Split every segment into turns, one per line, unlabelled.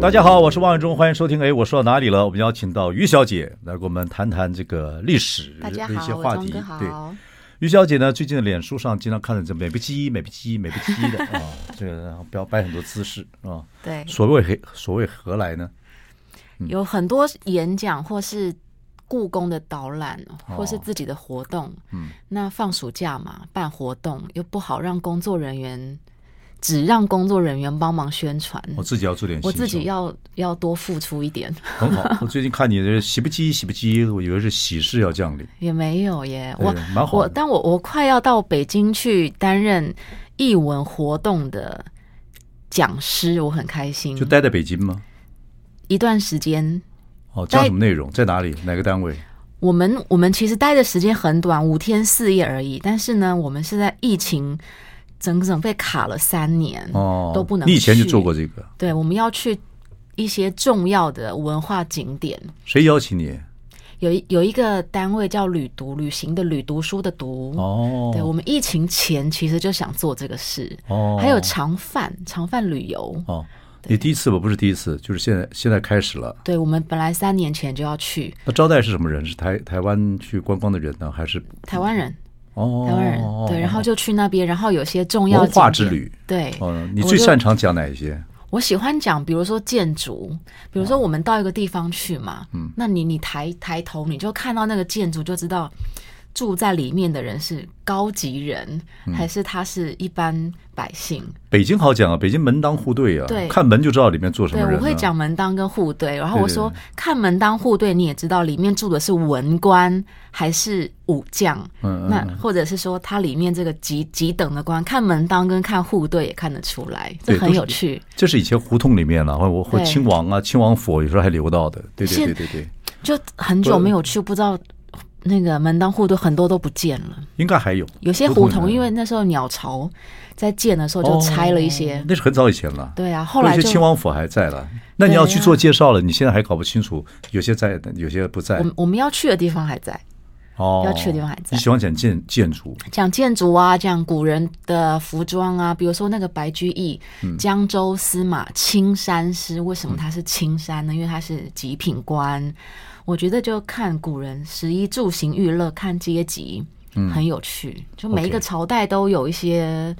大家好，我是王永忠，欢迎收听。哎，我说到哪里了？我们邀请到于小姐来跟我们谈谈这个历史
大
的
家
一些
好，
话
我钟
题
哥。
对，
好。
于小姐呢，最近的脸书上经常看到这美不唧、美不唧、美不唧 的啊，这个表摆很多姿势啊。
对，
所谓何所谓何来呢？
嗯有很多演讲或是故宫的导览，哦或是自己的活动。
哦嗯，
那放暑假嘛，办活动又不好让工作人员，只让工作人员帮忙宣传。
我自己要做点，
我自己要要多付出一点，
很好。我最近看你这喜不唧、喜不唧，我以为是喜事要降临，
也没有耶。
对
我
蛮好
我，
的。
但我我快要到北京去担任艺文活动的讲师，我很开心。
就待在北京吗？
一段时间，
哦，讲
待
什么内容？在哪里？哪个单位？
我们我们其实待的时间很短，五天四夜而已。但是呢，我们是在疫情整整被卡了三年，
哦，
都不能
你以前就
去
做过这个，
对，我们要去一些重要的文化景点。
谁邀请你？
有一有一个单位叫旅读，旅行的旅，读书的读。
哦，
对，我们疫情前其实就想做这个事，
哦，
还有长饭，长饭旅游。
哦，你第一次吧？不是第一次，就是现在现在开始了。
对，我们本来三年前就要去
那招待是什么人？是台台湾去观光的人呢，还是
台湾人，
哦
台湾人、对，然后就去那边，然后有些重要
文化
景
之
点
旅。
对，
哦，你
我
最
就
擅长讲哪一些？
我喜欢讲，比如说建筑，比如说我们到一个地方去嘛，嗯，那你你抬抬头，你就看到那个建筑，就知道住在里面的人是高级人，
嗯
还是他是一般百姓。
北京好讲啊，北京门当户对啊，
对
看门就知道里面做什么
对，
人、啊。
我会讲门当跟户对，然后
对
我
对
说
对
看门当户对，你也知道里面住的是文官还是武将，
嗯嗯
那
嗯
或者是说它里面这个几几等的官，看门当跟看户对也看得出来，
对
这
都
很
是
有趣。
这是以前胡同里面了、或或或
对
亲王啊、亲王府，有时候还留到的。对对
现
对对对，
就很久没有去，不知道那个门当户对很多都不见了。
应该还有
有些胡
胡同
同，
里面
因为那时候鸟巢在建的时候就拆了一些，
哦那是很早以前了。
对啊，后来
有些
就
亲王府还在了，那你
对
要去
呀
做介绍了，你现在还搞不清楚，有些在，有些不在
我。们我们要去的地方还在，
哦，
要去的地方还在
你喜欢讲建建筑，
讲建筑啊，讲古人的服装啊，比如说那个白居易、江州司马青衫师，为什么他是青衫呢？因为他是极品官。我觉得就看古人食衣住行娱乐，看阶级，很有趣。就每一
OK
个朝代都有一些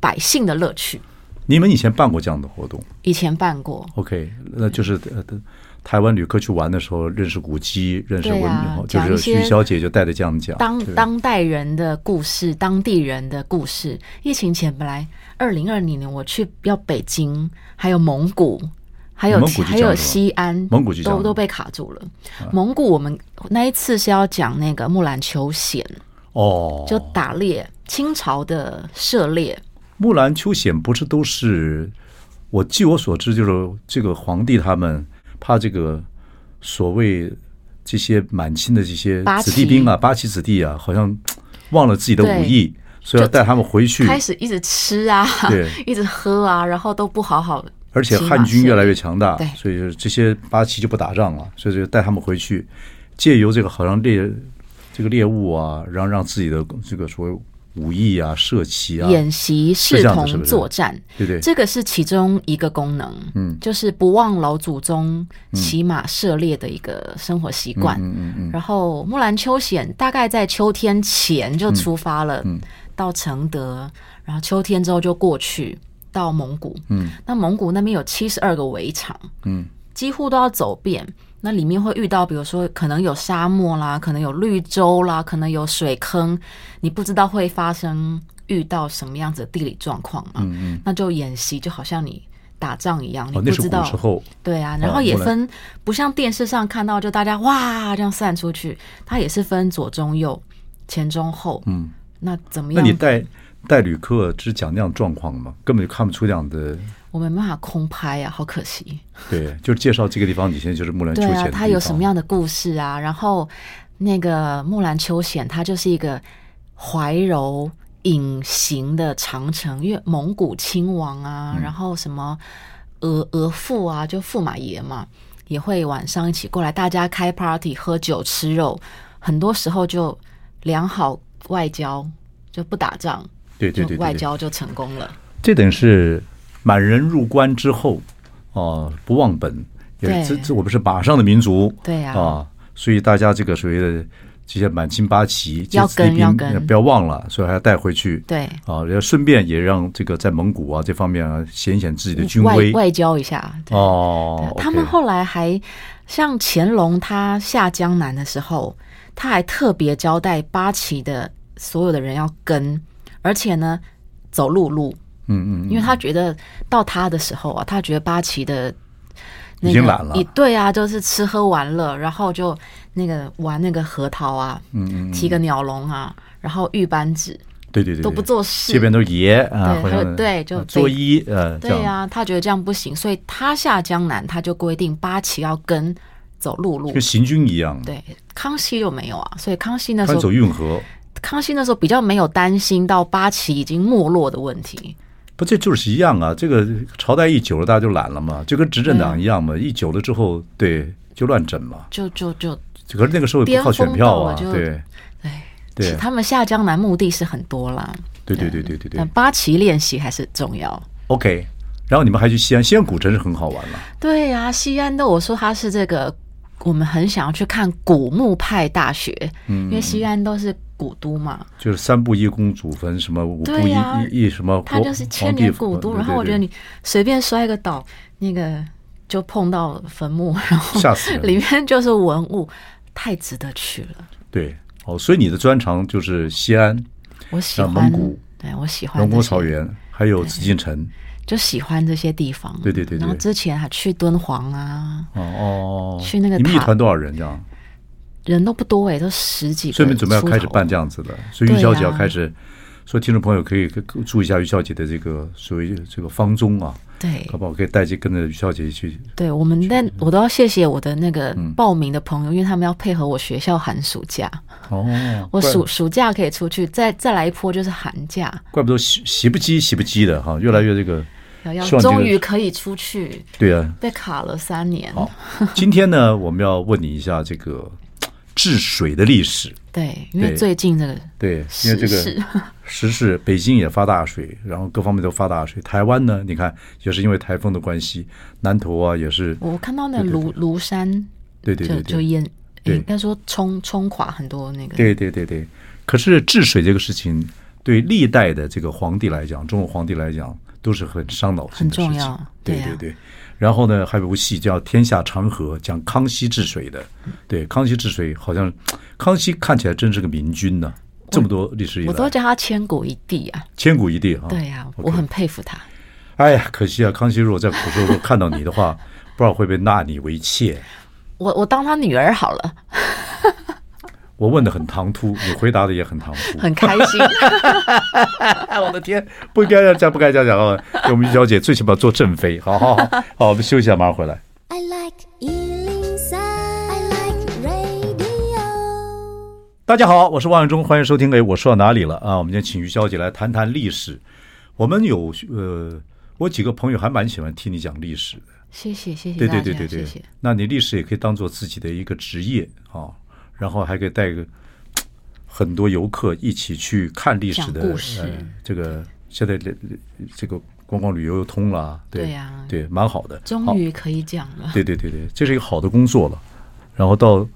百姓的乐趣。
你们以前办过这样的活动？
以前办过，
OK，那就是呃，呃台湾旅客去玩的时候，认识古迹，认识文
对啊
明，就
讲一
是
些
徐小姐就带着这样讲。
当
对
当代人的故事，当地人的故事。疫情前本来二零二零年我去要北京，还有蒙古，还有
蒙古就
还
这样
有
子吗
西安，
蒙古就这啊样
都
子
都被卡住了。蒙古我们那一次是要讲那个木兰秋险，
哦，
就打猎，清朝的涉猎。
木兰秋险不是都是我据我所知，就是这个皇帝他们怕这个所谓这些满清的这些
八旗
子弟兵啊，八旗子弟啊，好像嘖忘了自己的武艺，所以要带他们回去。
开始一直吃啊
对，
一直喝啊，然后都不好好。
而且汉军越来越强大
对，
所以就是这些八旗就不打仗了，所以就带他们回去，借由这个好像猎这个猎物啊，然后让自己的这个所谓武艺啊、射旗啊，
演习
是
视
这样子是
同
不是
作战，
对不对？
这个是其中一个功能，嗯，就是不忘老祖宗骑马涉猎的一个生活习惯。
嗯嗯嗯，
然后木兰秋险大概在秋天前
嗯
就出发了，到承德，然后秋天之后就过去到蒙古。嗯，那蒙古那边有七十二个围场，
嗯，
几乎都要走遍。那里面会遇到，比如说可能有沙漠啦，可能有绿洲啦，可能有水坑，你不知道会发生遇到什么样子的地理状况嘛？嗯嗯，那就演习，就好像你打仗一样，你
哦，
不
那是
知道、
古时候，哦
对啊，然后也分，不像电视上看到就大家哇这样散出去，它也是分左中右、前中后。
嗯，
那怎么
那你
样？
带带旅客只讲那样状况吗？根本就看不出这样的
我们没办法空拍啊，好可惜。
对， 就是介绍这个地方，你现在就是木兰秋
对
千的
啊
地，方。
它有什么样的故事啊？然后那个木兰秋显，它就是一个怀柔隐形的长城，因为蒙古亲王
嗯
啊，然后什么额额驸啊，就驸马爷嘛，也会晚上一起过来，大家开 party 喝酒吃肉，很多时候就良好外交，就不打仗，
对对对对
就外
对
交就成功了。
这等于是满人入关之后，哦、不忘本，也
对
这这我们是马上的民族，啊
对啊呀
哦所以大家这个所谓的这些满清八旗，
要
这些
跟要
兵
跟
不要忘了，所以还要带回去，
对
啊，然后顺便也让这个在蒙古啊这方面啊显一显自己的军
外
威，
外交一下，对
哦，
他们
OK
后来还像乾隆他下江南的时候，他还特别交代八旗的所有的人要跟，而且呢走陆路，
嗯嗯
因为他觉得到他的时候啊，他觉得八旗的、那个。
已经懒了
一对啊，就是吃喝玩乐，然后就那个玩那个核桃啊，
嗯嗯，
提个鸟笼啊，然后玉扳指
对对对，
都不
对
做事，
这边都是爷啊，
嗯对
或
还有
者
对就
呃作
北
揖呃，这
对
样
呀、他觉得这样不行，所以他下江南，他就规定八旗要跟走陆路
跟。行军一样，
对，康熙就没有啊，所以康熙那时
他走
候，
运河，
康熙那时候比较没有担心到八旗已经没落的问题。
不，这就是一样啊！这个朝代一久了，大家就懒了嘛，就跟执政
啊
党一样嘛，一久了之后，对，就乱整嘛。
就就就，
可是那个时候也不靠选票啊，
巅峰到
对，
哎，
对啊
其实他嗯们下江南目的是很多啦，
对对对对对对
但。八旗练习还是重要。
OK，然后你们还去西安，西安古城是很好玩了。
对呀、西安的我说它是这个，我们很想要去看古墓派大学，
嗯
因为西安都是古都嘛，
就是三步一公主坟，什么五步
对
一
呀
一一什么
它
皇，
就是千
皇帝
年
坟
古都，
对
然后我
对
觉得
对
你随便摔个倒，那个就碰到坟墓，然后
吓死人
里面就是文物，太值得去了。
对哦，所以你的专长就是西安、
我喜
啊
欢，
蒙古
对我喜欢
龙
这
沟
些
草，原，还有紫禁城。
就喜欢这些地方。
对对对对
然后之前还去敦煌啊，
哦哦，哦
去那个
你们一
塔
团多少人这样？
人都不多诶，都十几个。
所以我们准备要开始办这。样子的，所以于
对啊
小姐要
呀
开始，所以听众朋友可以注意一下于小姐的这个所谓这个方宗啊，
对
好不好？可以带去跟着于小姐一起，
对，我们但我都要谢谢我的那个
嗯
报名的朋友，因为他们要配合我学校寒暑假，
哦，
我
怪
暑暑假可以出去，再再来一波就是寒假。
怪不得习习不积习不积的哈，越来越这个
要要
希望这个
终于可以出去，
对 啊。
被卡了三年。
好，今天呢，我们要问你一下这个治水的历史，
对，因为
对
最近这个
对，因为这
时事
个时事，北京也发大水，然后各方面都发大水。台湾呢，你看也是因为台风的关系，南投啊也是，
我看到那
对对
庐庐山
对对
就
对
就
对，
淹，
对
应该说冲冲垮很多那个。
对对对对。可是治水这个事情，对历代的这个皇帝来讲，中国皇帝来讲，都是很伤脑筋的事情。
很重要
对
对呀
对对。然后呢，还有部戏叫《天下长河》，讲康熙治水的。对，康熙治水好像，康熙看起来真是个明君呢、这么多历史以
我都
来，
叫他千古一帝啊！
千古一帝啊。
对呀、
OK
我很佩服他。
哎呀，可惜啊，康熙如果在古时候看到你的话，不知道会不会纳你为妾。
我我当他女儿好了，
我问的很唐突，你回答的也很唐 突。
很开心。
哎，我的天，不该这样讲，不该这样讲啊！给我们于小姐最起码做正妃，好好好，好，我们休息一下，马上回来。
I like Ealing Sound. I like radio.
大家好，我是王永忠，欢迎收听。哎，我说到哪里了啊？我们今天请于小姐来谈谈历史。我们有呃，我几个朋友还蛮喜欢听你讲历史的。
谢谢谢谢
对
大家，
对对对对，
谢谢。
那你历史也可以当做自己的一个职业啊，然后还可以带个很多游客一起去看历史的
讲故事
呃、这个现在这这个观光旅游又通了，啊对
对呀
对，蛮好的，
终于可以讲了
好，。对对对对，这是一个好的工作了。然后到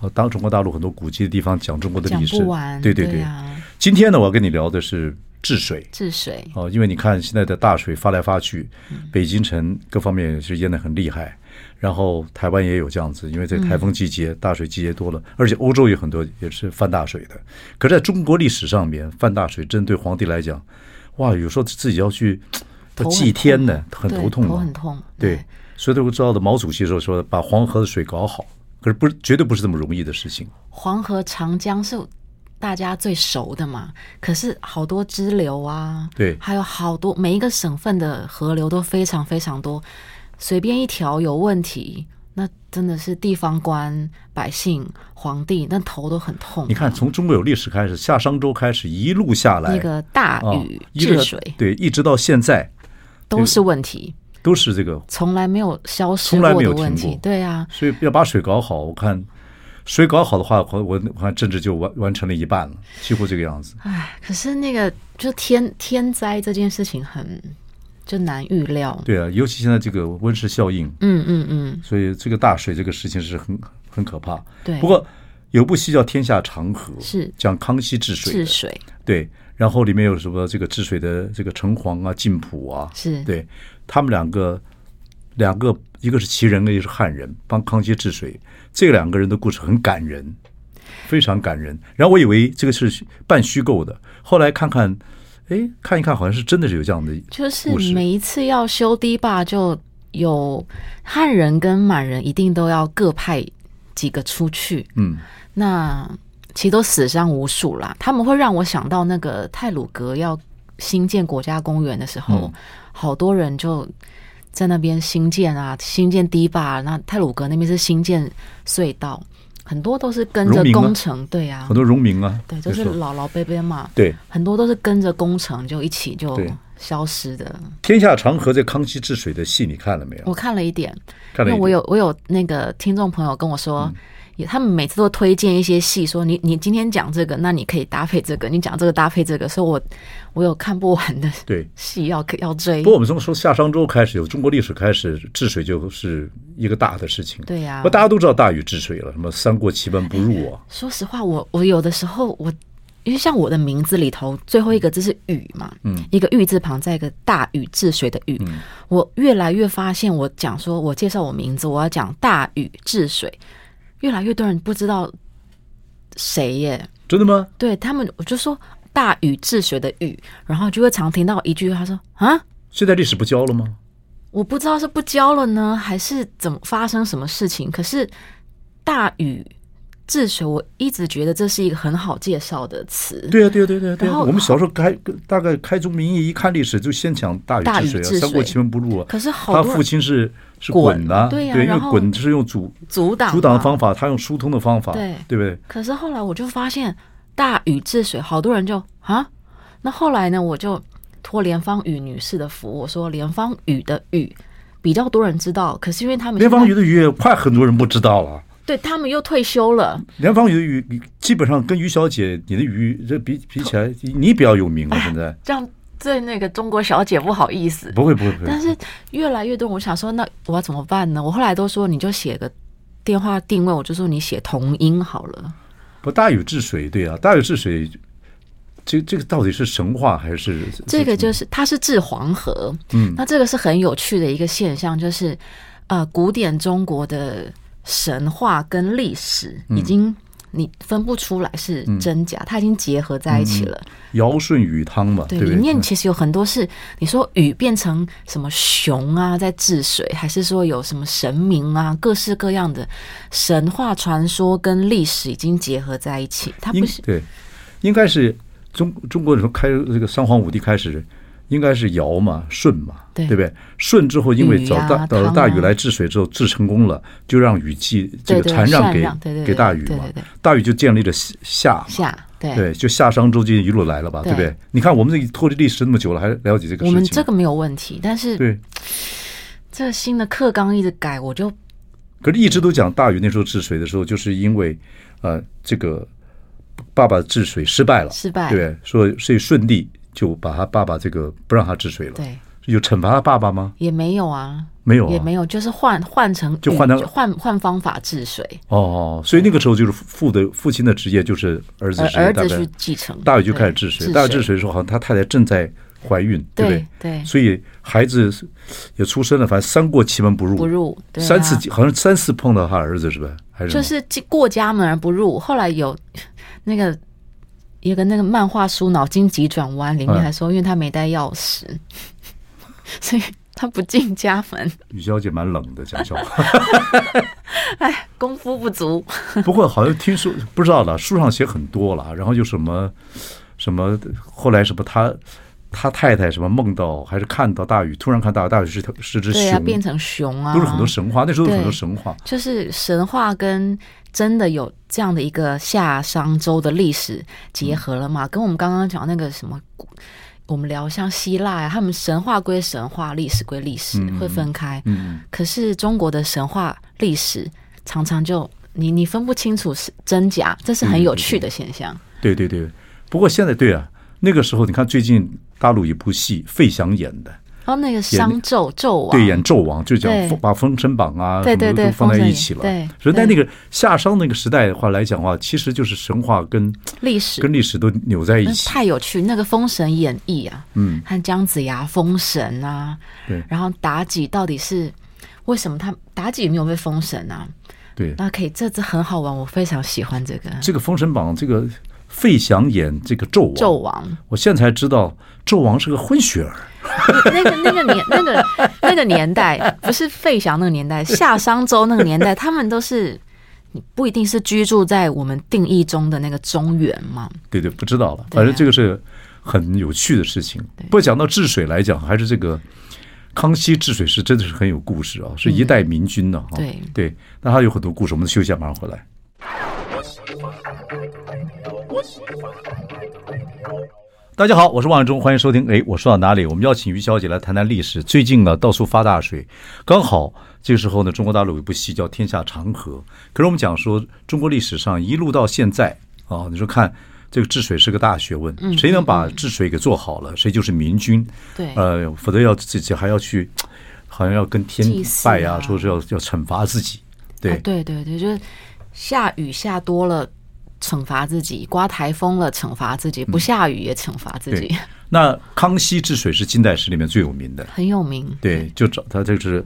呃当中国大陆很多古迹的地方讲中国的
讲
历史
不完，，
对对对。
啊，
今天呢，我要跟你聊的是治水。
治水
哦，因为你看现在的大水发来发去，
嗯
北京城各方面也是淹得很厉害，然后台湾也有这样子，因为在台
嗯
风季节、大水季节多了，而且欧洲有很多也是犯大水的。可是在中国历史上面，犯大水真对皇帝来讲，哇，有时候自己要去要
头很
祭天呢，
痛
很头痛
对头
啊
很。痛。
对，所以都知道的，毛主席说说把黄河的水搞好，可是不是绝对不是这么容易的事情。
黄河、长江是大家最熟的嘛，可是好多支流啊，
对
还有好多每一个省份的河流都非常非常多，随便一条有问题，那真的是地方官、百姓、皇帝那头都很痛啊、
你看，从中国有历史开始，夏商周开始一路下来，
一个大
啊
禹
一直
治
到
水
对，一直到现在
都是问题，
都是这个，
从来没有消失
从来
过
没有
的问
停过
题。对啊，
所以要把水搞好，我看。水搞好的话，我我我看政治就完完成了一半了，几乎这个样子。
唉，可是那个就天天灾这件事情很就难预料。
对啊，尤其现在这个温室效应，
嗯嗯嗯，
所以这个大水这个事情是很很可怕。
对
不过有部戏叫《天下长河》，
是
讲康熙治水的。
治水
对，然后里面有什么这个治水的这个城隍啊、进普啊，
是
对他们两个，两个一个是齐人，一个是汉人，帮康熙治水。这两个人的故事很感人，非常感人。然后我以为这个是半虚构的，后来看看，哎，看一看，好像是真的是有这样的
就是
故事。
每一次要修堤坝，就有汉人跟满人一定都要各派几个出去，
嗯，
那其实都死伤无数啦。他们会让我想到那个泰鲁格要新建国家公园的时候，
嗯
好多人就在那边新建啊，新建堤坝。那泰鲁格那边是新建隧道，很多都是跟着
农民吗
工程，对啊
很，多农民啊，
对，就
那
是
时候
老老伯伯嘛，
对。
很多都是跟着工程就一起就
对
消失的。
天下长河在康熙治水的戏你看了没有？
我看了一点，
看了
因
一点
为
嗯
我有我有那个听众朋友跟我说，也他们每次都推荐一些戏，说你你今天讲这个，那你可以搭配这个，你讲这个搭配这个，所以我我有看不完的
对。
戏要要追
不。过我们从说夏商周开始，有中国历史开始，治水就是一个大的事情。
对呀、
不，大家都知道大禹治水了，什么三过其门不入啊，
说实话，我我有的时候我。因为像我的名字里头最后一个字是“禹”嘛，
嗯，
一个“玉”字旁，再一个大禹治水的“禹”
嗯
我越来越发现，我讲说我介绍我名字，我要讲大禹治水，越来越多人不知道谁耶，
真的吗？
对他们，我就说大禹治水的禹，然后就会常听到一句话说啊，
现在历史不教了吗？
我不知道是不教了呢，还是怎么发生什么事情。可是大禹治水，我一直觉得这是一个很好介绍的词。
对啊，对啊，对啊对啊，对
然
啊。
后
我们小时候开大概开宗明义一看历史，就先讲大禹
大禹
治水
治水
啊，三过其门不入啊。
可是
他
好
父
多人
亲是是
滚
滚啊，
对
对，
呀
因
然
为
后
滚是用阻
阻挡
阻挡的
嘛
方法，他用疏通的方法，
对
对不对？
可是后来我就发现大禹治水，好多人就啊，那后来呢，我就托连芳雨女士的福，我说连芳雨的雨比较多人知道，可是因为他们
连
现
方
在
鱼的鱼，快很多人不知道了。
对他们又退休了。
连方鱼的鱼基本上跟于小姐你的鱼这比比起来，你比较有名了。现在
这样对那个中国小姐不好意思。
不会不会不
但
会，
是越来越多，我想说，那我要怎么办呢？我后来都说，你就写个电话定位，我就说你写同音好了。
不大禹治水，对啊，大禹治水，这这个到底是神话还是
这个就是它是治黄河，
嗯
那这个是很有趣的一个现象，就是呃，古典中国的神话跟历史已经你分不出来是真假，它已经结合在一起了。
尧舜禹汤嘛？
对，嗯
不
里
对？
面其实有很多是你说禹变成什么熊啊，在治水，还是说有什么神明啊，各式各样的神话传说跟历史已经结合在一起。它
嗯应
不是
对，应该是中中国从开这个三皇五帝开始，应该是尧嘛、舜嘛，
对
不对？舜之后，因为
禹
找
呀
大找了
汤
大
啊
禹来治水之后治成功了，就让禹记这个
对对
禅让
禅
给
让对对对
给大禹
对
嘛
对对，
大禹就建立了夏夏嘛。
下对。
对，就夏商周这一路来了吧，对
对
不对？你看我们这个脱离历史那么久了，还了解这个
我
事
们
情
这，个没有问题，但是
对。
这个新的课纲一直改，我就
可是，一直都讲大禹那时候治水的时候，就是因为，呃，这个爸爸治水失败了，
失败
对，所以所以舜帝就把他爸爸这个不让他治水了，
对
有惩罚他爸爸吗？
也没有啊，
没有啊
也没有，就是换换成
就
禹
换成
换换方法治水，
哦，所以那个时候就是父的父亲的职业就是儿子
而
职业，
呃儿
大
子去
概
继承。
大禹就开始
对
治水，大禹治水的时候好像他太太正在怀孕，对不
对对
所以孩子也出生了，反正三过其门不入，
不入，对啊
三次好像三次碰到他儿子是吧？还是什
就
么
是进过家门而不入。后来有 那个一个那个漫画书《脑筋急转弯》里面
嗯
还说，因为他没带钥匙， 所以他不进家门。
雨小姐蛮冷的，讲笑话。
哎，功夫不足。
不过好像听说不知道了，书上写很多了，然后就什么什么，后来什么他他太太什么梦到还是看到大禹，突然看大禹，大禹是条是只
对
熊，
啊，变成熊啊，
都是很多神话，那时候有很多
对
神话。
就是神话跟真的有这样的一个夏商周的历史结合了
嗯
嘛？跟我们刚刚讲那个什么古，我们聊像希腊啊，他们神话归神话，历史归历史，
嗯
会分开。
嗯，
可是中国的神话历史常常就你你分不清楚是真假，这是很有趣的现象。
对对对。不过现在对啊，那个时候你看最近大陆一部戏，费翔演的，
然后那个商啊纣纣王，
对，演纣王就讲
对
封把《封神榜》啊
对
什么
对
都
对
放在
封神
一起了。
对
所以在那
对
个夏商那个时代的话来讲的话，其实就是神话跟
历史
跟历史都扭在一
那
起。
太有趣，那个《封神演义》啊，
嗯，
和姜子牙封神啊，
对
然后妲己到底是为什么他妲己没有被封神啊？
对。
那可以，这这很好玩，我非常喜欢这个
这个《封神榜》这个费翔演这个纣王，
纣王，
我现在才知道纣王是个混血儿。
那个那个年那个那个年代，不是费翔那个年代，夏商周那个年代，他们都是。不一定是居住在我们定义中的那个中原嘛？
对对，不知道了，
对啊
反正这个是很有趣的事情。不过讲到治水来讲，还是这个康熙治水是真的是很有故事啊，是一代明君呢、哈、
对
对，那他有很多故事，我们休息一下马上回来。大家好，我是王永忠，欢迎收听。哎，我说到哪里？我们邀请于小姐来谈谈历史。最近呢，到处发大水，刚好这个时候呢，中国大陆有一部戏叫《天下长河》。可是我们讲说，中国历史上一路到现在啊，你说看这个治水是个大学问，谁能把治水给做好了，谁就是明君。
对
呃，否则要自己还要去，好像要跟天
祭祀
拜啊，
啊
说是要要惩罚自己。对、
啊对对对，就是下雨下多了，惩罚自己；刮台风了，惩罚自己；不下雨也惩罚自己
嗯对，那康熙治水是近代史里面最有名的。
很有名。
对，就找他就是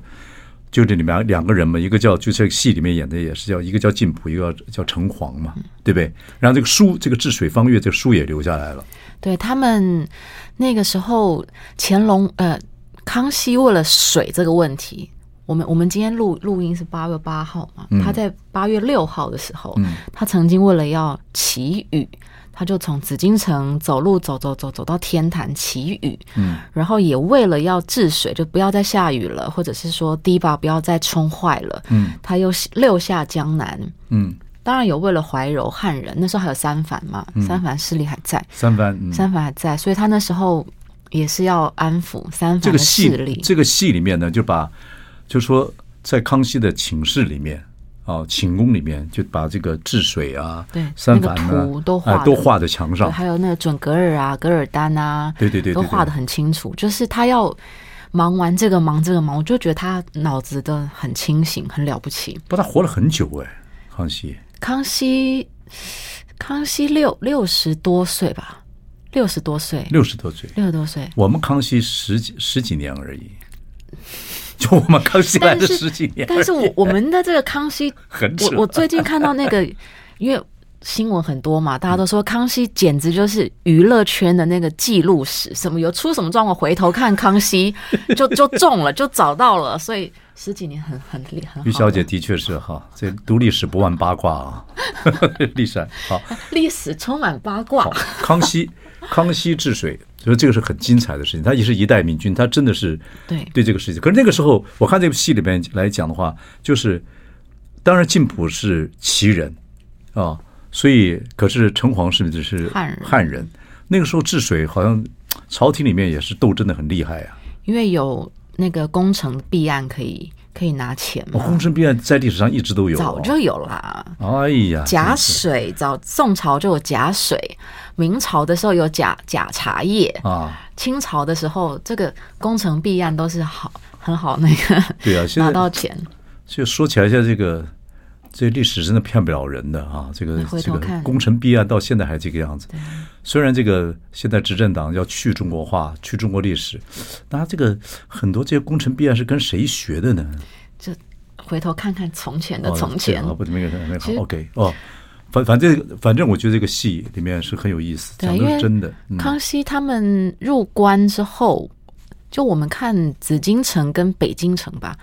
就这里面两个人嘛，一个叫就这个戏里面演的也是叫一个叫进补，一个叫城隍嘛，对不对？然后这个书，这个治水方略，这个书也留下来了。
对他们那个时候，乾隆呃，康熙为了水这个问题，我们我们今天录录音是八月八号嘛，他在八月六号的时候，他曾经为了要祈雨。他就从紫禁城走路走走走走到天坛祈雨，嗯，然后也为了要治水，就不要再下雨了，或者是说堤坝不要再冲坏了，嗯，他又六下江南，
嗯，
当然有为了怀柔汉人，那时候还有三藩嘛，三藩势力还在，
三番，嗯、
三藩还在，所以他那时候也是要安抚三
这个
藩的势
戏
力。
这个戏里面呢，就把就说在康熙的寝室里面啊，寝宫里面就把这个治水啊，
对
三藩
那
呢
个图都画
哎
的
都画在墙
对
上，
还有那个准格尔啊、噶尔丹啊，
对对对对
都
对
画的很清楚。就是他要忙完这个忙这个忙，我就觉得他脑子都很清醒，很了不起。
不过他活了很久哎，康熙
康熙，康熙六六十多岁吧，六十多岁，
六十多岁，
六十多岁。
我们康熙十几十几年而已， 就我们康熙来
但
的
是
十几年而已，
但 是我我们的这个康熙
很扯
我我最近看到那个， 因为新闻很多嘛，大家都
嗯
说康熙简直就是娱乐圈的那个记录史，什么有出什么状况，回头看康熙 就就中了，就找到了，所以十几年很很厉很好。
于小姐，的确是哈，这读历史不忘八卦啊， 历史好。
历史充满八卦
好，康熙，康熙治水，所以这个是很精彩的事情。他也是一代明君，他真的是
对
对这个事情。可是那个时候，我看这部戏里面来讲的话，就是当然晋普是旗人啊，所以可是城隍是就是
汉人
汉人。那个时候治水好像朝廷里面也是斗争的很厉害啊。
因为有那个工程弊案可以可以拿钱
哦，
嘛
洪，水弊案在历史上一直都有、
嗯早
哦。
就有啦。
哎呀，
假
真是
水早宋朝就有假水，明朝的时候有假假茶叶，
啊！
清朝的时候，这个工程弊案都是好很好那个
对啊，现
拿
在
到钱，
就说起来，现在这个这历史真的骗不了人的啊！这个
你回
这
头
个
看
工程弊案到现在还这个样子。虽然这个现在执政党要去中国化、去中国历史，那他这个很多这些工程弊案是跟谁学的呢？
就回头看看从前的
哦
从前。
这个啊，不，那个那
其
个
实
OK 哦，反反正反正我觉得这个戏里面是很有意思，
对
讲
因
的
为
是真的。嗯
康熙他们入关之后，就我们看紫禁城跟北京城吧，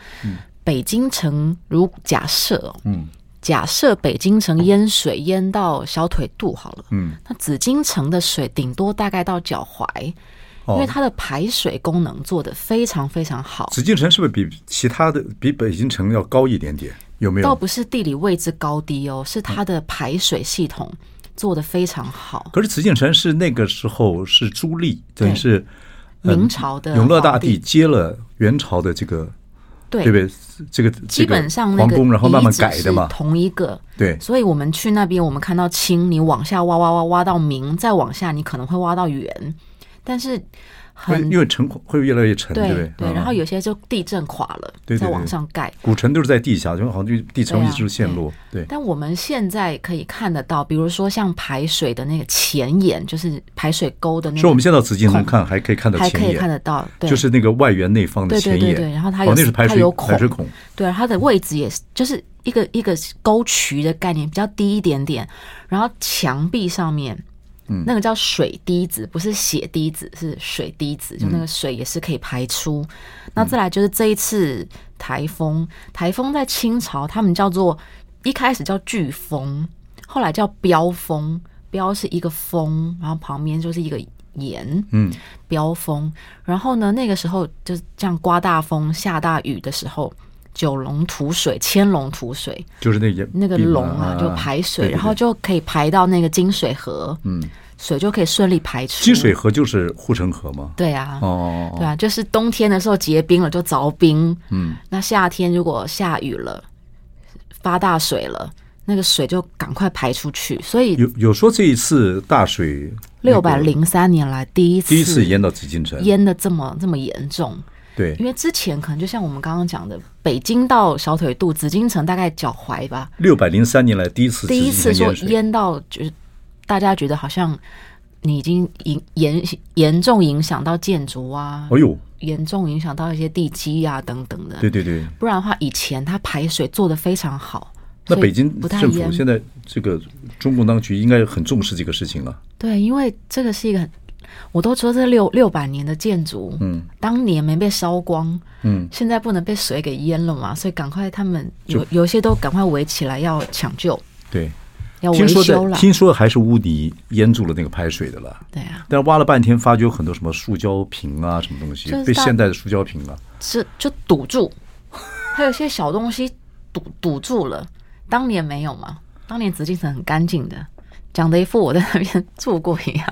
北京城如假设哦，
嗯
假设北京城淹水淹到小腿肚好了，
嗯，
那紫禁城的水顶多大概到脚踝，因为
哦，
它的排水功能做得非常非常好，
紫禁城是不是比其他的比北京城要高一点点？有嗯没
倒
有？
不是地理位置高低哦，是它的排水系统做得非常好。
可是紫禁城是那个时候是朱棣，等于
对
是呃
明朝的
永乐大
皇
帝
帝
接了元朝的这个
对
对不对？这个
基本上
这个
那
皇
个
宫，然后慢慢
遗址
改的嘛
是。同一个。
对
所以我们去那边，我们看到清，你往下挖挖挖挖到明，再往下你可能会挖到元，但是
会
很
因为城会越来越沉，
对
不对？嗯
然后有些就地震垮了，
对对
再
对
往上盖。
古城都是在地下，就好像就地层
对
一
啊
直陷落。对，
但我们现在可以看得到，比如说像排水的那个前沿，就是排水沟的那
所以我们
个，
现在到紫禁城
孔
看还可以看到
还可
前
以看
沿，
得到，对，
就是那个外圆内方的
对对
前
对
沿。
对然后它
哦
有
那是排
它
水
有
排水孔，
对，它的位置也是，就是一个一个沟渠的概念，比较低一点点。然后墙壁上面，嗯，那个叫水滴子，不是血滴子，是水滴子，就那个水也是可以排出。那再来就是这一次台风，台风在清朝他们叫做一开始叫飓风，后来叫飙风，飙是一个风，然后旁边就是一个盐，
嗯，
飙风。然后呢，那个时候就是这样刮大风、下大雨的时候，九龙吐水、千龙吐水，
就是那个
那个
地板
龙啊就排水，然后就可以排到那个金水河，嗯，水就可以顺利排出。
金水河就是护城河嘛。
对啊，
哦，
对啊，就是冬天的时候结冰了就凿冰，嗯，那夏天如果下雨了，发大水了。那个水就赶快排出去，所以
有有说这一次大水
六百零三年来第一次
第一次淹到紫禁城，
淹的这么这么严重，
对
因，为之前可能就像我们刚刚讲的，北京到小腿肚，紫禁城大概脚踝吧，
六百零三年来第一次
第一
紫
次
禁城淹
说
水。
淹到就是大家觉得好像你已经影严严重影响到建筑啊，
哎呦，
严重影响到一些地基啊等等的。
对对对，
不然的话，以前它排水做得非常好。
那
所以
北京
不太
政府
淹，
现在这个中共当局应该很重视这个事情了。
对，因为这个是一个很，我都说这六六百年的建筑，
嗯，
当年没被烧光，
嗯，
现在不能被水给淹了嘛，所以赶快他们有有一些都赶快围起来要抢救，
对，
要维
听说在
修了，
听说还是污泥淹住了那个排水的了。
对啊，
但挖了半天，发觉有很多什么塑胶瓶啊，什么东西
就是
被
大
现代的塑胶瓶啊，
是就堵住，还有一些小东西堵堵住了，当年没有嘛，当年紫禁城很干净的，讲的一副我在那边 住过一样，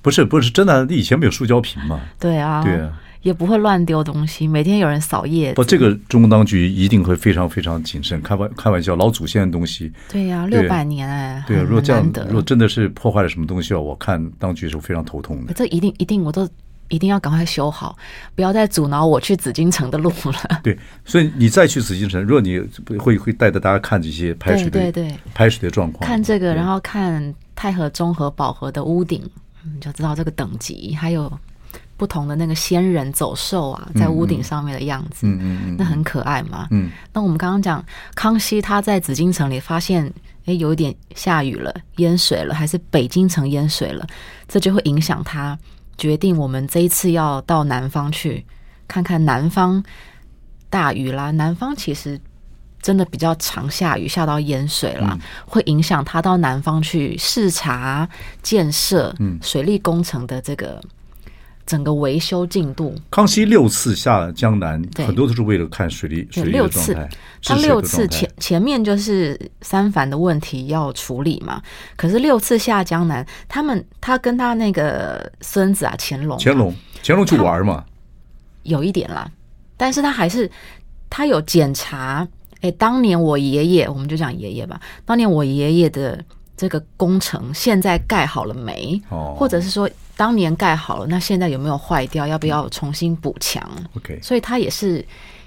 不是不是真的，以前没有塑胶瓶嘛。
对啊，
对啊
也不会乱丢东西，每天有人扫叶
不，
子，
这个中共当局一定会非常非常谨慎。开玩开玩笑，老祖先的东西，
对呀、
对
六百年哎、
对啊，
很
如果这样
很难，得
如果真的是破坏了什么东西啊，我看当局是非常头痛的。
这一定一定，我都一定要赶快修好，不要再阻挠我去紫禁城的路了。
对，所以你再去紫禁城，如果你会会带着大家看这些 排水的
对对对
排水的状况，
看这
对
个，然后看太和中和宝和的屋顶，你就知道这个等级，还有不同的那个仙人走兽啊，在屋顶上面的样子，
嗯嗯嗯，
那很可爱嘛。
嗯，
那我们刚刚讲康熙他在紫禁城里发现。诶，有一点下雨了，淹水了，还是北京城淹水了，这就会影响他决定我们这一次要到南方去看看南方大雨啦。南方其实真的比较常下雨，下到淹水啦，
嗯
会影响他到南方去视察建设、
嗯
水利工程的这个整个维修进度。
康熙六次下江南，
对
很多都是为了看水利水
对
利的
六
状
次
态，治
他
水的
六
状
次
态
前前面就是三藩的问题要处理嘛，可是六次下江南，他们他跟他那个孙子啊乾隆啊，
乾 隆乾隆去玩嘛，
有一点啦，但是他还是他有检查。哎，当年我爷爷，我们就讲爷爷吧。当年我爷爷的这个工程，现在盖好了没？
哦
或者是说，当年盖好了，那现在有没有坏掉？要不要重新补强？
OK，
所以他也是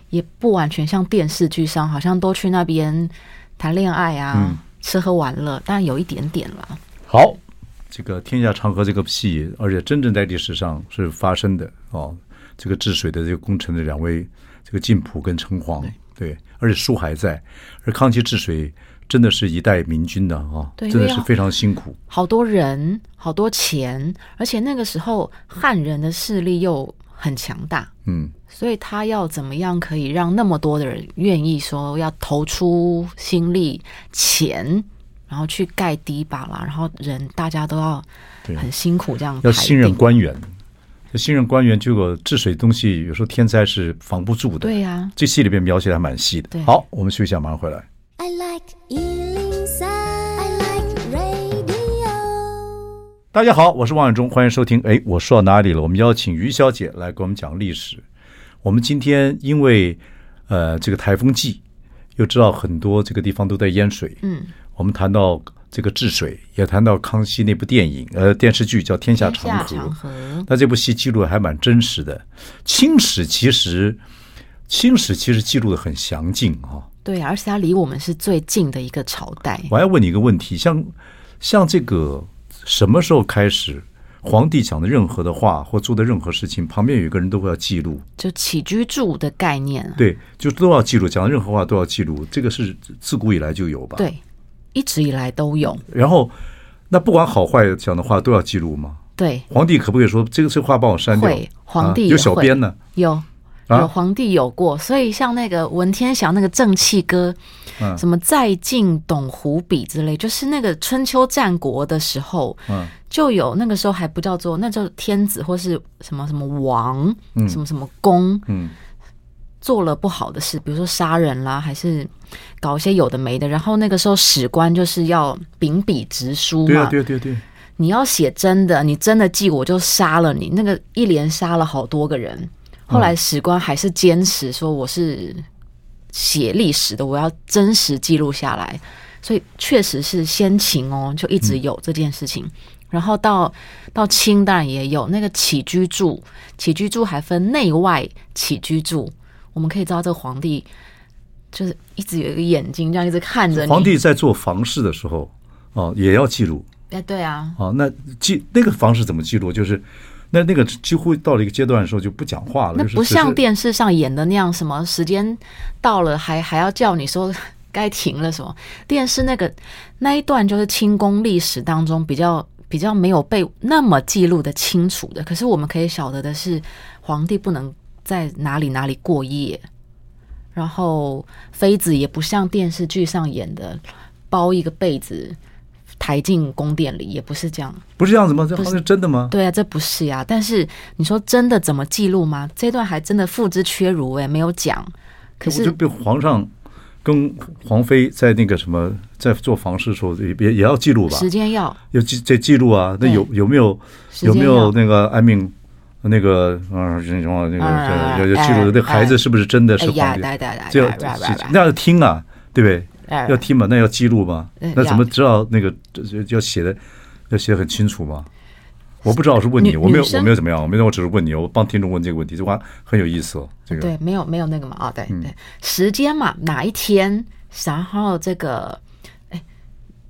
也不完全像电视剧上，好像都去那边谈恋爱啊、
嗯
吃喝玩乐，当然有一点点啦。
好，这个天下长河这个戏，而且真正在历史上是发生的哦。这个治水的这个工程的两位，这个晋普跟城隍，对，而且书还在，而康熙治水真的是一代明君的啊，
对
真的
因为
是
要
非常辛苦。
好多人，好多钱，而且那个时候汉人的势力又很强大，
嗯，
所以他要怎么样可以让那么多的人愿意说要投出心力、钱，然后去盖堤坝啦，然后人大家都要
对啊
很辛苦这样
要
排
信任
定
官员，要信任官员，这个治水东西有时候天灾是防不住的。
对呀、啊
这戏里边描写的还蛮细的
对。
好，我们休息一下，马上回来。
I like Ealing Sound. I like radio.
大家好，我是王永忠，欢迎收听。哎，我说到哪里了？我们邀请于小姐来给我们讲历史。我们今天因为呃这个台风季，又知道很多这个地方都在淹水。嗯，我们谈到这个治水，也谈到康熙那部电影呃电视剧叫《天下长河》。
长河，
那这部戏记录的还蛮真实的。清史其实，清史其实记录的很详尽啊、
对啊，而且它离我们是最近的一个朝代。
我还问你一个问题，像像这个什么时候开始，皇帝讲的任何的话或做的任何事情，旁边有一个人都会要记录，
就起居住的概念啊。
对，就都要记录，讲的任何话都要记录，这个是自古以来就有吧？。
对，一直以来都有。
然后，那不管好坏讲的话都要记录吗？
对，
皇帝可不可以说这个这个话帮我删掉？
会皇帝
啊
也
有小
会
编呢，
有。
啊
有皇帝有过，所以像那个文天祥那个正气歌，
嗯
什么再进董狐笔之类，就是那个春秋战国的时候，
嗯
就有那个时候还不叫做那叫天子或是什么什么王，什么什么公，
嗯，
做了不好的事，比如说杀人啦，还是搞一些有的没的，然后那个时候史官就是要秉笔直书
对
嘛，
啊，对啊，对啊，对啊，
你要写真的，你真的记我就杀了你，那个一连杀了好多个
嗯
人。后来史官还是坚持说我是写历史的，我要真实记录下来，所以确实是先秦哦，就一直有这件事情。然后到到清当然也有那个起居注，起居注还分内外起居注，我们可以知道这个皇帝就是一直有一个眼睛这样一直看着你。
皇帝在做房事的时候，哦，也要记录。
哎，对啊，
啊，那记那个方式怎么记录？就是那那个几乎到了一个阶段的时候就不讲话了，
那
就是
不
只是
像电视上演的那样，什么时间到了还还要叫你说该停了什么？电视那个那一段就是清宫历史当中比较比较没有被那么记录的清楚的。可是我们可以晓得的是，皇帝不能在哪里哪里过夜，然后妃子也不像电视剧上演的包一个被子抬进宫殿里，也不是这样。
不是这样子吗？这好
不是
像是真的吗？
对啊，这不是呀、但是你说真的怎么记录吗？这段还真的付之阙如哎、没有讲。可
我就是被皇上跟皇妃在那个什么在做房事的时候也也也要记录吧，
时间要
要记这记录啊。那
对
有有没有
时
有
间
没有
要
那个安命？那个啊，什么那
啊
个要要记
哎
录，那孩子是不是真的是
哎呀
皇，帝？
来来来，
这要
来来来来
那要听啊，对不对？
来
要听嘛，那要记录嘛，
嗯
那怎么
哎要
知道那个这这要写的要写的很清楚吗？我不知道，我是问你，
女
我没有
女
我
生
没有怎么样，我没有，我只是问你，我帮听众问这个问题，这话很有意思哦。这个嗯
对，没有没有那个嘛，哦，对对，时间嘛，哪一天，然后这个，哎，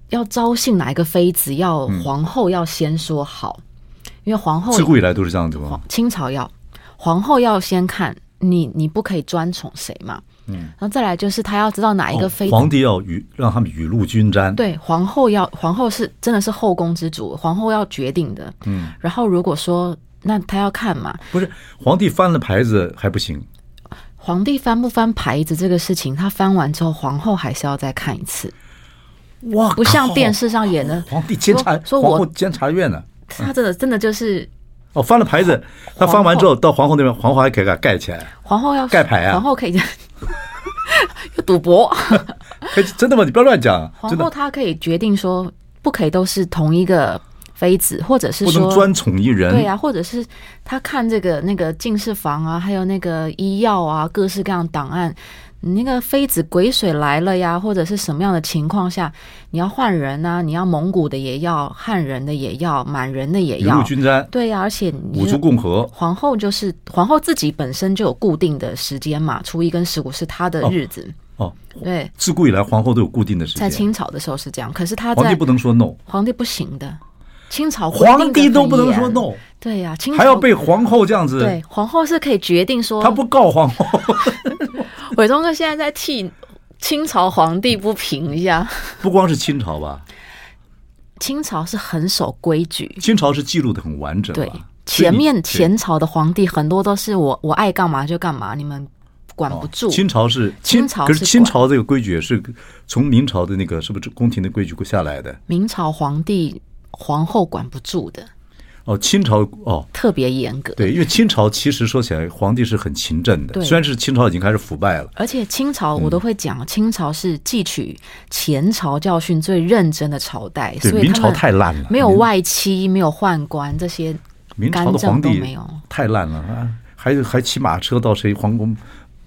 要招幸哪一个妃子，要皇后要先说好，因为皇后
嗯自古以来都是这样子吗
哦皇？清朝要皇后要先看你，你不可以专宠谁嘛，嗯，然后再来就是她要知道哪一个
哦
妃子
皇帝要雨让他们雨露均沾，
对，皇后要皇后是真的是后宫之主，皇后要决定的。嗯，然后如果说那她要看嘛，
不是皇帝翻了牌子还不行，
皇帝翻不翻牌子这个事情，他翻完之后，皇后还是要再看一次，
哦哇，
不像
靠
电视上演的，
皇帝监察
说说
皇
我
后监察院呢。
他真的真的就是
哦，翻了牌子，他翻完之后到皇后那边，皇后还给它盖起来，
皇后要
盖牌啊
皇后可以 有赌博，
可以真的吗？你不要乱讲，
皇
真
后
的
她可以决定说不可以都是同一个妃子，或者是
不能
说
专宠一人。
对啊，或者是他看这个那个进士房啊，还有那个医药啊，各式各样的档案。你那个妃子癸水来了呀，或者是什么样的情况下，你要换人呐、你要蒙古的也要，汉人的也要，满人的也
雨露
要，
均沾，
对呀、而且你
五
就
族共和。
皇后就是皇后自己本身就有固定的时间嘛，初一跟十五是她的
哦
日子，
哦，
对，
自古以来皇后都有固定的时
在
间，
清朝的时候是这样，可是她在
皇帝不能说 no，
皇帝不行的，清朝规定
皇帝
得
都
很
不能
严
说 no，
对呀、清朝
还要被皇后这样子
对，，皇后是可以决定说，
他不告皇后，
伟忠哥现在在替清朝皇帝不平一下。
不光是清朝吧，
清朝是很守规矩，
清朝是记录的很完整
对
吧，
前面
所以你
前朝的皇帝很多都是我我爱干嘛就干嘛，你们管不住。
哦清朝是
清朝
可
是
是清
管
朝这个规矩也是从明朝的那个是不是宫廷的规矩下来的？
明朝皇帝皇后管不住的，
哦，清朝哦，
特别严格。
对，因为清朝其实说起来，皇帝是很勤政的，
对
虽然是清朝已经开始腐败了，
而且清朝我都会讲，
嗯
清朝是汲取前朝教训最认真的朝代，
对，
所以
明
他
朝
们
太烂了，
没有
明
外戚，没有宦官这些，
明朝的
干政
皇帝
都没有
太烂了啊，还还骑马车到谁皇宫？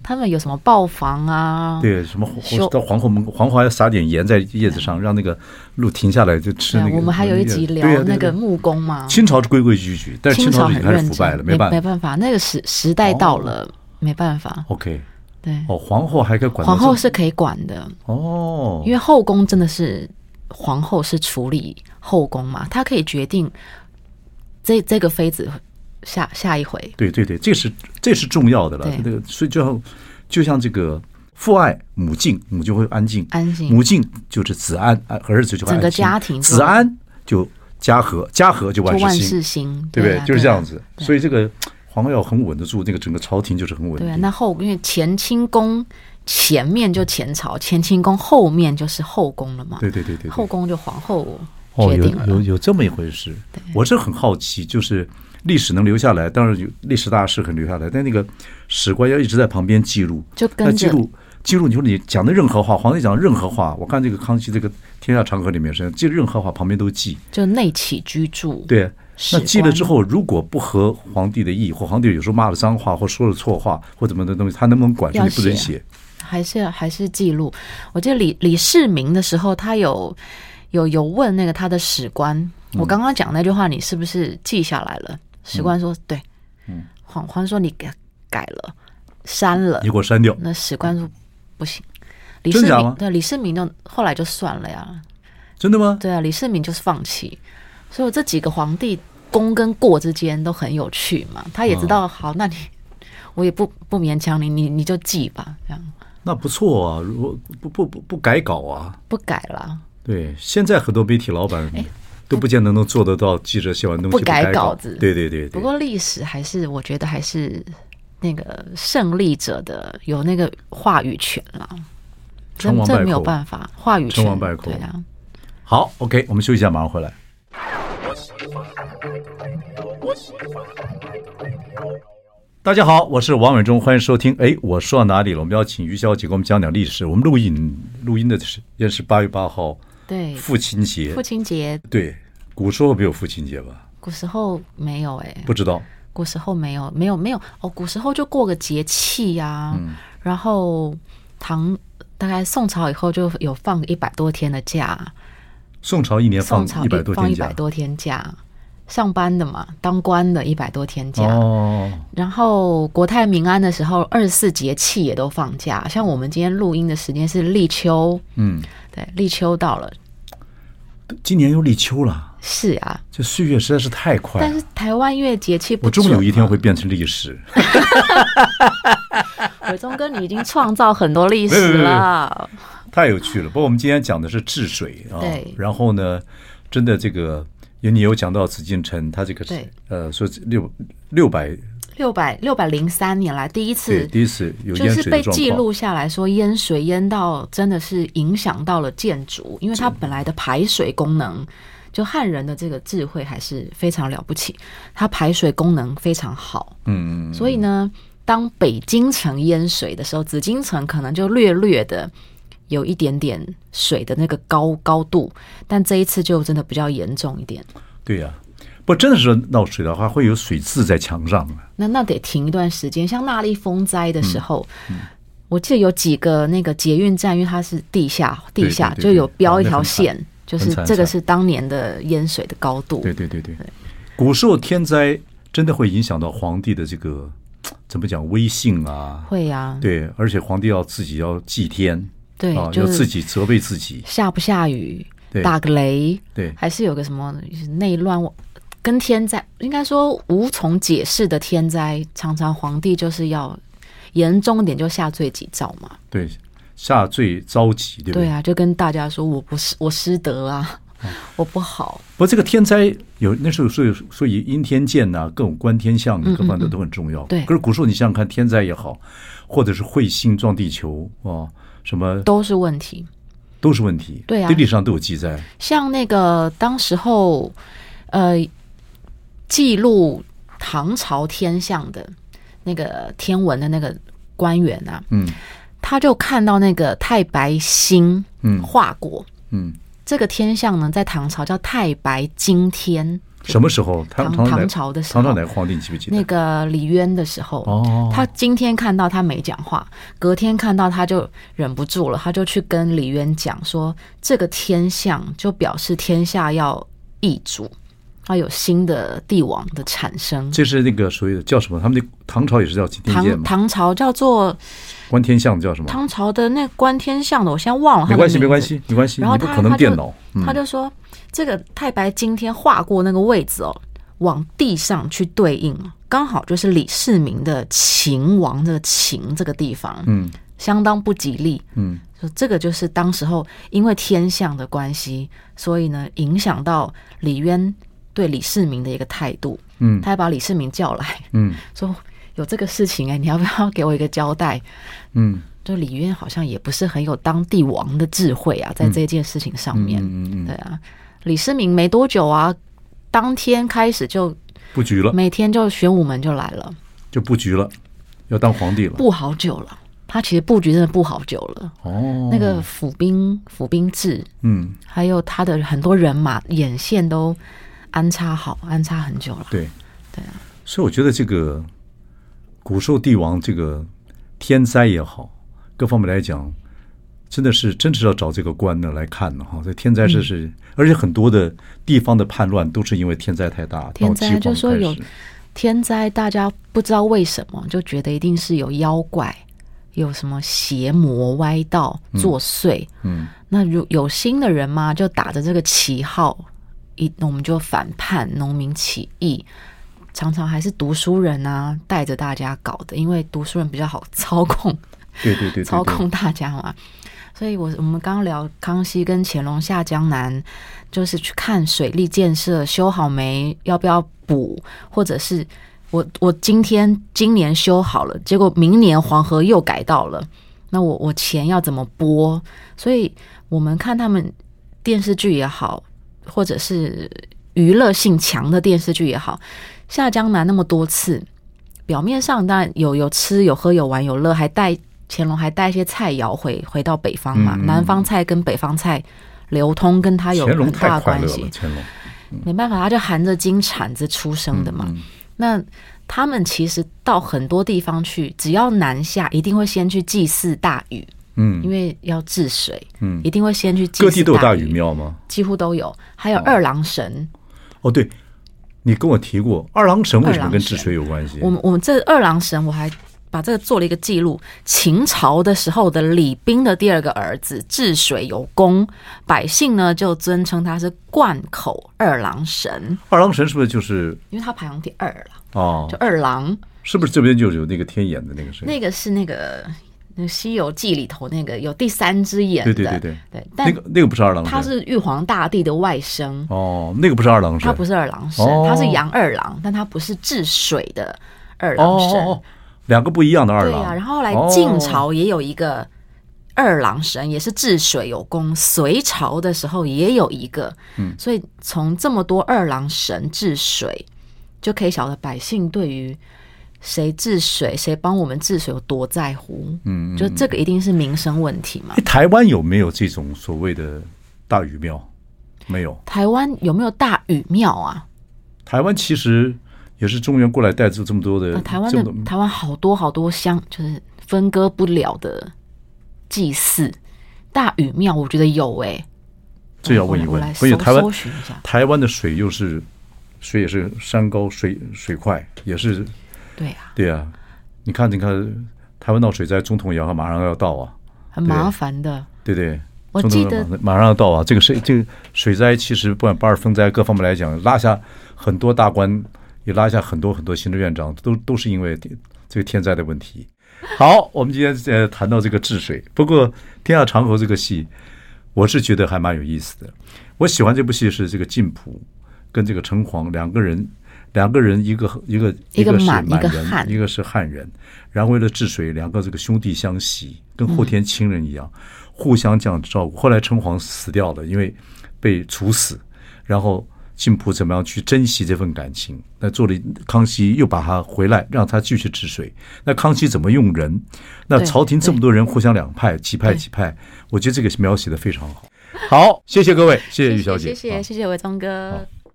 他们有什么豹房啊？
对，什么皇
修
到皇后门口，皇后还要撒点盐在叶子上，让那个鹿停下来就吃
对啊，
那个。
我们还有一集聊
对啊呀对呀
那个
对呀
木工嘛，
清朝是规规矩矩，但是
啊清
清朝已
很
经开始
认
腐败
真，
了，
没
办
没
法。
办法，那个时时代到了，没办法。
OK，
对，
哦，皇后还该管到
皇后
这
是可以管的，
哦，
因为后宫真的是皇后是处理后宫嘛，她可以决定这这个妃子下下一回。
对对对，这是这是重要的了
对。
那个，所以就像就像这个父爱母敬，母就会安静，
安静
母敬就是子安，安儿子就会安心
整个家庭就
子安就家和，家和就万
就万
事兴
事，兴，
对不对？
啊
就是这样。
啊
子。
对
所以这个皇后要很稳得住，那个整个朝廷就是很稳
对啊，
定。
那后因为乾清宫前面就前朝，乾清宫后面就是后宫了嘛。
对对对对对
后宫就皇后
哦，
决
有
定了。嗯
有有这么一回事，我是很好奇，就是历史能留下来，当然有历史大事可能留下来，但那个史官要一直在旁边记录，
就跟
那记
着
录记录，你说你讲的任何话，皇帝讲的任何话，我看这个康熙这个《天下长河》里面是记任何话，旁边都记，
就内起居住。
对。
史
那
官
记了之后，如果不合皇帝的意，或皇帝有时候骂了脏话，或说了错话，或怎么的东西，他能不能管住
要
你不准
写
写？
还是还是记录。我记得李李世民的时候，他有有有问那个他的史官，
嗯
我刚刚讲那句话，你是不是记下来了？史官说、对，
嗯
皇皇说你改改了，删了
你。给我删掉。
那史官说不行。李
真的
世
假的
民
吗
对李世民就后来就算了呀，
真的吗？
对啊，李世民就是放弃。所以我这几个皇帝功跟过之间都很有趣嘛，他也
嗯
知道，好，那你我也不不勉强你，你你就记吧，这样
那不错啊，如果不不不不改稿啊，
不改了。
对，现在很多媒体老板都不见得能做得到，记者写完东西
哎不改
改
稿子
对对对
不
对。
过历史还是，我觉得还是那个胜利者的有那个话语权啦。这
成王败
这
寇
没有办法，话语权
成王败寇
对啊，
好，OK，我们休息一下，马上回来。大家好，我是王伟忠，欢迎收听。哎，我说到哪里了？我们要请于小姐给我们讲讲历史。我们录影录音的时间是八月八号，
对，
父亲节
嗯父。亲节
对，古时候没有父亲节吧？
古时候没有哎、
不知道。
古时候没有，没有，没有哦。古时候就过个节气呀、
嗯
然后唐大概宋朝以后就有放一百多天的假，
宋朝一年放
宋朝
一百多
放
天
一
假
百。多天假，上班的嘛，当官的一百多天假。
哦，
然后国泰民安的时候，二十四节气也都放假。像我们今天录音的时间是立秋，
嗯，
对，立秋到了，
今年又立秋了，
是啊。
这岁月实在是太快了。
但是台湾月节气
哎
不
我终
准
有一天
嘛
会，变成历史。
伟忠哥，你已经创造很多历
没有没
史
有没有
了。
太有趣了。不过我们今天讲的是治水啊，
对
然后呢，真的这个，因为你有讲到紫禁城，它这个
对
呃，说六六百
六百六百零三年来第
对
一次，
第一次有
就
淹
是
水的
被
状况，
记录下来说淹水淹到真的是影响到了建筑，因为它本来的排水功能，就汉人的这个智慧还是非常了不起，它排水功能非常好，
嗯，嗯嗯
所以呢，当北京城淹水的时候，紫禁城可能就略略的。有一点点水的那个高高度，但这一次就真的比较严重一点。
对呀、不，真的是闹水的话，会有水渍在墙上啊。
那那得停一段时间。像那莉风灾的
嗯
时候，我记得有几个那个捷运站，因为它是地下，
对
地下
对对
就有标一
对
条线，就
很惨
是
很惨
这个是当年的淹水的高度。
对对对对，古时候天灾真的会影响到皇帝的这个怎么讲威信啊。
会呀、啊，
对，而且皇帝要自己要祭天，
对
啊，
就
要
是
自己责备自己，
下不下雨
对，
打个雷，
对
还是有个什么内乱。跟天灾应该说无从解释的天灾，常常皇帝就是要严重一点就下罪己诏嘛。
对，下罪遭己，对不嗯
对啊，就跟大家说我不是我失德啊，我不好。
不过这个天灾有那时候所以所以阴天见呐、各种观天象的各方面都很重要。
嗯对
可是古时候你想想看，天灾也好，或者是彗星撞地球啊，什么
都是问题。
都是问题。
对啊
历史上都有记载。
像那个当时候，呃，记录唐朝天象的那个天文的那个官员啊，
嗯
他就看到那个太白星
嗯
化果，
嗯，
这个天象呢，在唐朝叫太白金天。
什么时候？唐
唐
哪
唐朝的时
唐朝
候
哪个皇帝你记不记得？
那个李渊的时候，
哦，
他今天看到他没讲话，隔天看到他就忍不住了，他就去跟李渊讲说，这个天象就表示天下要易主，要有新的帝王的产生。
这是那个所谓的叫什么？他们的唐朝也是叫天监
唐
嘛，
唐朝叫做
观天象叫什么？
唐朝的那观天象的，我现在忘了他
没
的
关系，
名
没关
字。
系，没关系，
然后
你不
他
可能
他
电
就
脑。嗯
他就说，这个太白今天划过那个位置哦，往地上去对应，刚好就是李世民的秦王的秦这个地方，
嗯
相当不吉利。
嗯，
就这个就是当时候因为天象的关系，所以呢影响到李渊对李世民的一个态度。
嗯
他还把李世民叫来
嗯
说有这个事情哎、你要不要给我一个交代？
嗯
就李渊好像也不是很有当帝王的智慧啊，在这件事情上面，
嗯嗯嗯嗯，
对啊，李世民没多久啊，当天开始就
布局了，
每天就玄武门就来了，
就布局了，要当皇帝了。
布好久了。他其实布局真的布好久了，
哦，
那个府兵府兵制
嗯，
还有他的很多人马眼线都安插好，安插很久了。
对，对啊。所以我觉得这个古兽帝王这个天灾也好，各方面来讲，真的是真是要找这个官呢来看的哈。这天灾是
嗯
是，而且很多的地方的叛乱都是因为天灾太大，
天
闹
灾
饥荒
就说
开
有
始
天灾大家不知道为什么就觉得一定是有妖怪，有什么邪魔歪道作祟。
嗯
那如有心的人嘛，就打着这个旗号，一我们就反叛农民起义。常常还是读书人啊带着大家搞的，因为读书人比较好操控，
对对对对
操
对
控大家嘛。所以我，我们刚聊康熙跟乾隆下江南，就是去看水利建设修好没，要不要补，或者是我我今天今年修好了，结果明年黄河又改道了，那我我钱要怎么拨？所以我们看他们电视剧也好，或者是娱乐性强的电视剧也好，下江南那么多次，表面上当然有有吃有喝有玩有乐，还带乾隆还带一些菜肴回回到北方嘛，
嗯
南方菜跟北方菜流通跟他有
乾隆
很大
太
的
快乐
关系
了，，嗯乾隆
没办法，他就含着金铲子出生的嘛。
嗯
那他们其实到很多地方去，只要南下，一定会先去祭祀大禹，因
嗯
为要治水，
嗯
一定会先去祭祀
各地都有大
禹
禹，庙吗？
几乎都有，还有二郎神。
哦，对，你跟我提过二郎神为什么
二郎
跟治
神
水有关系？
我们我们这二郎神，我还把这个做了一个记录。秦朝的时候的李冰的第二个儿子治水有功，百姓呢就尊称他是贯口二郎神，
二郎神是不是就是
因为他排行第二了，
啊
就？二郎。
是不是这边就有那个天眼的那个谁？
那个是那个那个《西游记》里头那个有第三只眼的，
对对对对
但
那个那个不是二郎神，
他是玉皇大帝的外甥，
哦，那个不是二郎神，
他不是二郎神，
哦
他是杨二郎，但他不是治水的二
哦
郎神。
哦哦，两个不一样的二
对
郎。哦
呀、然后后来晋朝也有一个二郎神，也是治水有功。隋朝的时候也有一个，嗯，所以从这么多二郎神治水，就可以晓得百姓对于谁治水、谁帮我们治水有多在乎。
嗯，
就这个一定是民生问题嘛
哎。台湾有没有这种所谓的大禹庙？没有，
台湾有没有大禹庙啊？
台湾其实也是中原过来带走这么多的
那啊台湾
这
的
么多
台湾好多好多乡，就是分割不了的祭祀。大禹庙，我觉得有哎、
这要问一
嗯我
问
来，
所以
搜
台湾
搜寻一下
台湾的水又是水也是山高水水快，也是
对啊，
对啊。你看，你看，台湾闹水灾，总统也要马上要到啊。
很麻烦的。
对不对？
我
总统
记得
马上马上要到啊，这个水这个水灾，其实不管巴尔风灾各方面来讲，拉下很多大官，也拉下很多很多行政院长，都都是因为这个天灾的问题。好，我们今天呃谈到这个治水，不过《天下长河》这个戏，我是觉得还蛮有意思的。我喜欢这部戏是这个晋普跟这个城隍两个人，两个人一个一个
一个
是
满一
满
个
人，
汉
一个是汉人，然后为了治水，两个这个兄弟相惜，跟后
嗯
天亲人一样，互相这样照顾。后来城隍死掉了，因为被处死，然后晋普怎么样去珍惜这份感情？那做了康熙又把他回来，让他继续治水。那康熙怎么用人？那
对
朝廷这么多人互相两派，几派
对
几派， 我觉得这个描写的非常好。好，谢谢各位，谢谢于小姐，
谢谢
好
谢谢伟聪哥。
好